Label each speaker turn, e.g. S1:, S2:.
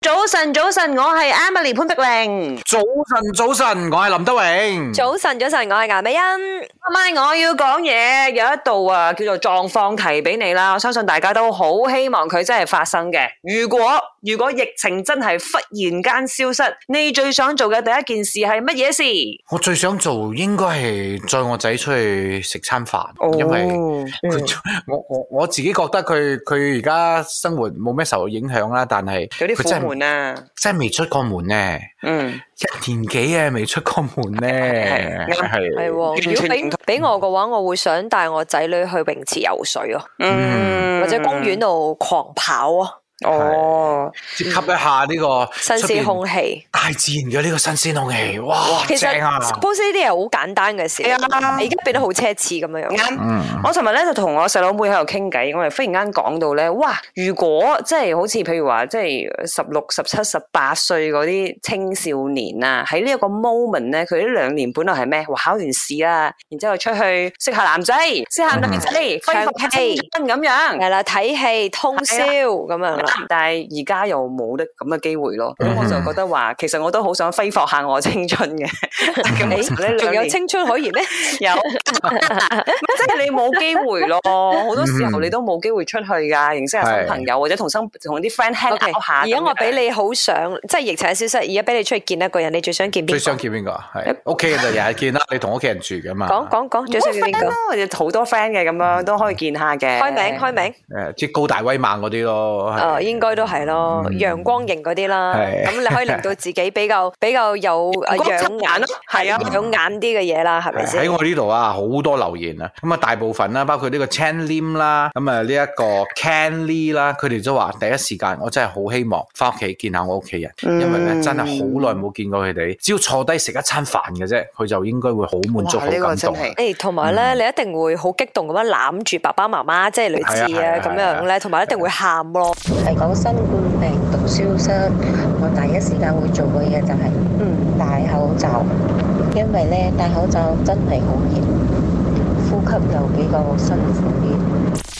S1: 早晨，早晨，我係 Emily 潘碧玲，
S2: 早晨，早晨，我係林德榮。
S3: 早晨，早晨，我係顏美欣。
S1: 今晚我要講嘢，有一道啊叫做狀況題俾你啦，我相信大家都好希望佢真係發生嘅。如果如果疫情真係忽然間消失，你最想做嘅第一件事係乜嘢事？
S2: 我最想做應該係載我仔出去食餐飯，
S3: 哦
S2: 因為佢
S1: 嗯
S2: 我我我自己覺得佢佢而家生活冇咩受影響啦，但係
S1: 有啲
S2: 佢真
S1: 苦
S2: 係
S1: 悶啊，
S2: 真係未出過門咧，
S1: 嗯，
S2: 一年幾啊未出過門咧，
S1: 係啱
S3: 係
S2: 係
S3: 喎，如果
S1: 全認
S3: 俾俾我嘅話，我會想帶我仔女去泳池游水哦，
S1: 嗯
S3: 或者公園度狂跑哦，
S1: 哦，
S2: 即吸一下呢個
S3: 新鮮空氣。
S2: 大自然嘅呢個新鮮空氣，哇，
S3: 其實
S2: 正啊！哎
S3: suppose 呢啲係好簡單嘅事，
S1: 係啊
S3: 而家變得好奢侈咁樣樣。
S1: 啱。
S2: 嗯，
S1: 我尋日咧就同我細佬妹喺度傾偈，我哋忽然間講到咧，哇！如果即係好似譬如話，即係十六、十七、十八歲嗰啲青少年啊，喺呢一個 moment 咧，佢呢兩年本來係咩？哇！考完試啦，然之後出去識下男仔，識下女仔，揮霍下青春咁樣。
S3: 嗯係啦，睇戲通宵
S2: 哎
S3: 咁樣啦。
S1: 但係而家又冇得咁嘅機會咯，咁我就
S2: 嗯
S1: 覺得話，其實我都好想揮霍下我青春 嘅。咁其實呢
S3: 仲
S1: 兩
S3: 有
S1: 年
S3: 青春可 言咩？
S1: 有，即係你冇機會 咯。好多時候你都冇機會出去噶，認識下新朋友，或者同生同啲 friend hang
S3: OK，
S1: out 下。
S3: 而家我俾你好想，即係疫情消失，而家俾你出去見一個人，你最想見邊
S2: 最
S3: 個
S2: 想？見啊邊個啊？係屋企人就日日見啦，你同屋企人住噶嘛？
S3: 講講講，最想見 邊個？
S1: 咯，有好多 friend 嘅咁樣都可以見下嘅。
S3: 開名開名。
S2: 誒，即係高大威猛嗰啲咯，係
S3: 誒啊應該都係咯，
S2: 嗯
S3: 陽光型嗰啲啦，
S2: 係
S3: 咁你可以令到自己比較 比較有誒
S1: 光
S3: 養
S1: 燦眼
S3: 眼
S1: 咯係啊
S3: 養眼啲嘅嘢啦，係咪
S2: 喺
S3: 先？
S2: 我呢度啊，好多留言啊，咁啊大部分啦，包括呢個 Chan Lim 啦，咁啊呢一個 Can Lee 啦，佢哋都話第一時間我真係好希望翻屋企見下我屋企人，
S1: 嗯
S2: 因為咧真係好耐冇見過佢哋，只要坐低食一餐飯嘅啫，佢就應該會好滿足、
S1: 哇
S2: 好
S1: 呢個
S2: 感
S1: 真
S2: 動。啊
S1: 係
S3: 誒，同埋
S2: 嗯
S3: 咧，你一定會好激動咁樣攬住爸爸媽媽，即係類似
S2: 係啊係
S3: 啊
S2: 啊
S3: 咁
S2: 係啊
S3: 樣咧，同埋一定會喊咯。
S4: 係講新冠病毒消失，我第一時間會做嘅嘢就係、嗯戴口罩，因為咧戴口罩真係好熱，呼吸有比較辛苦啲。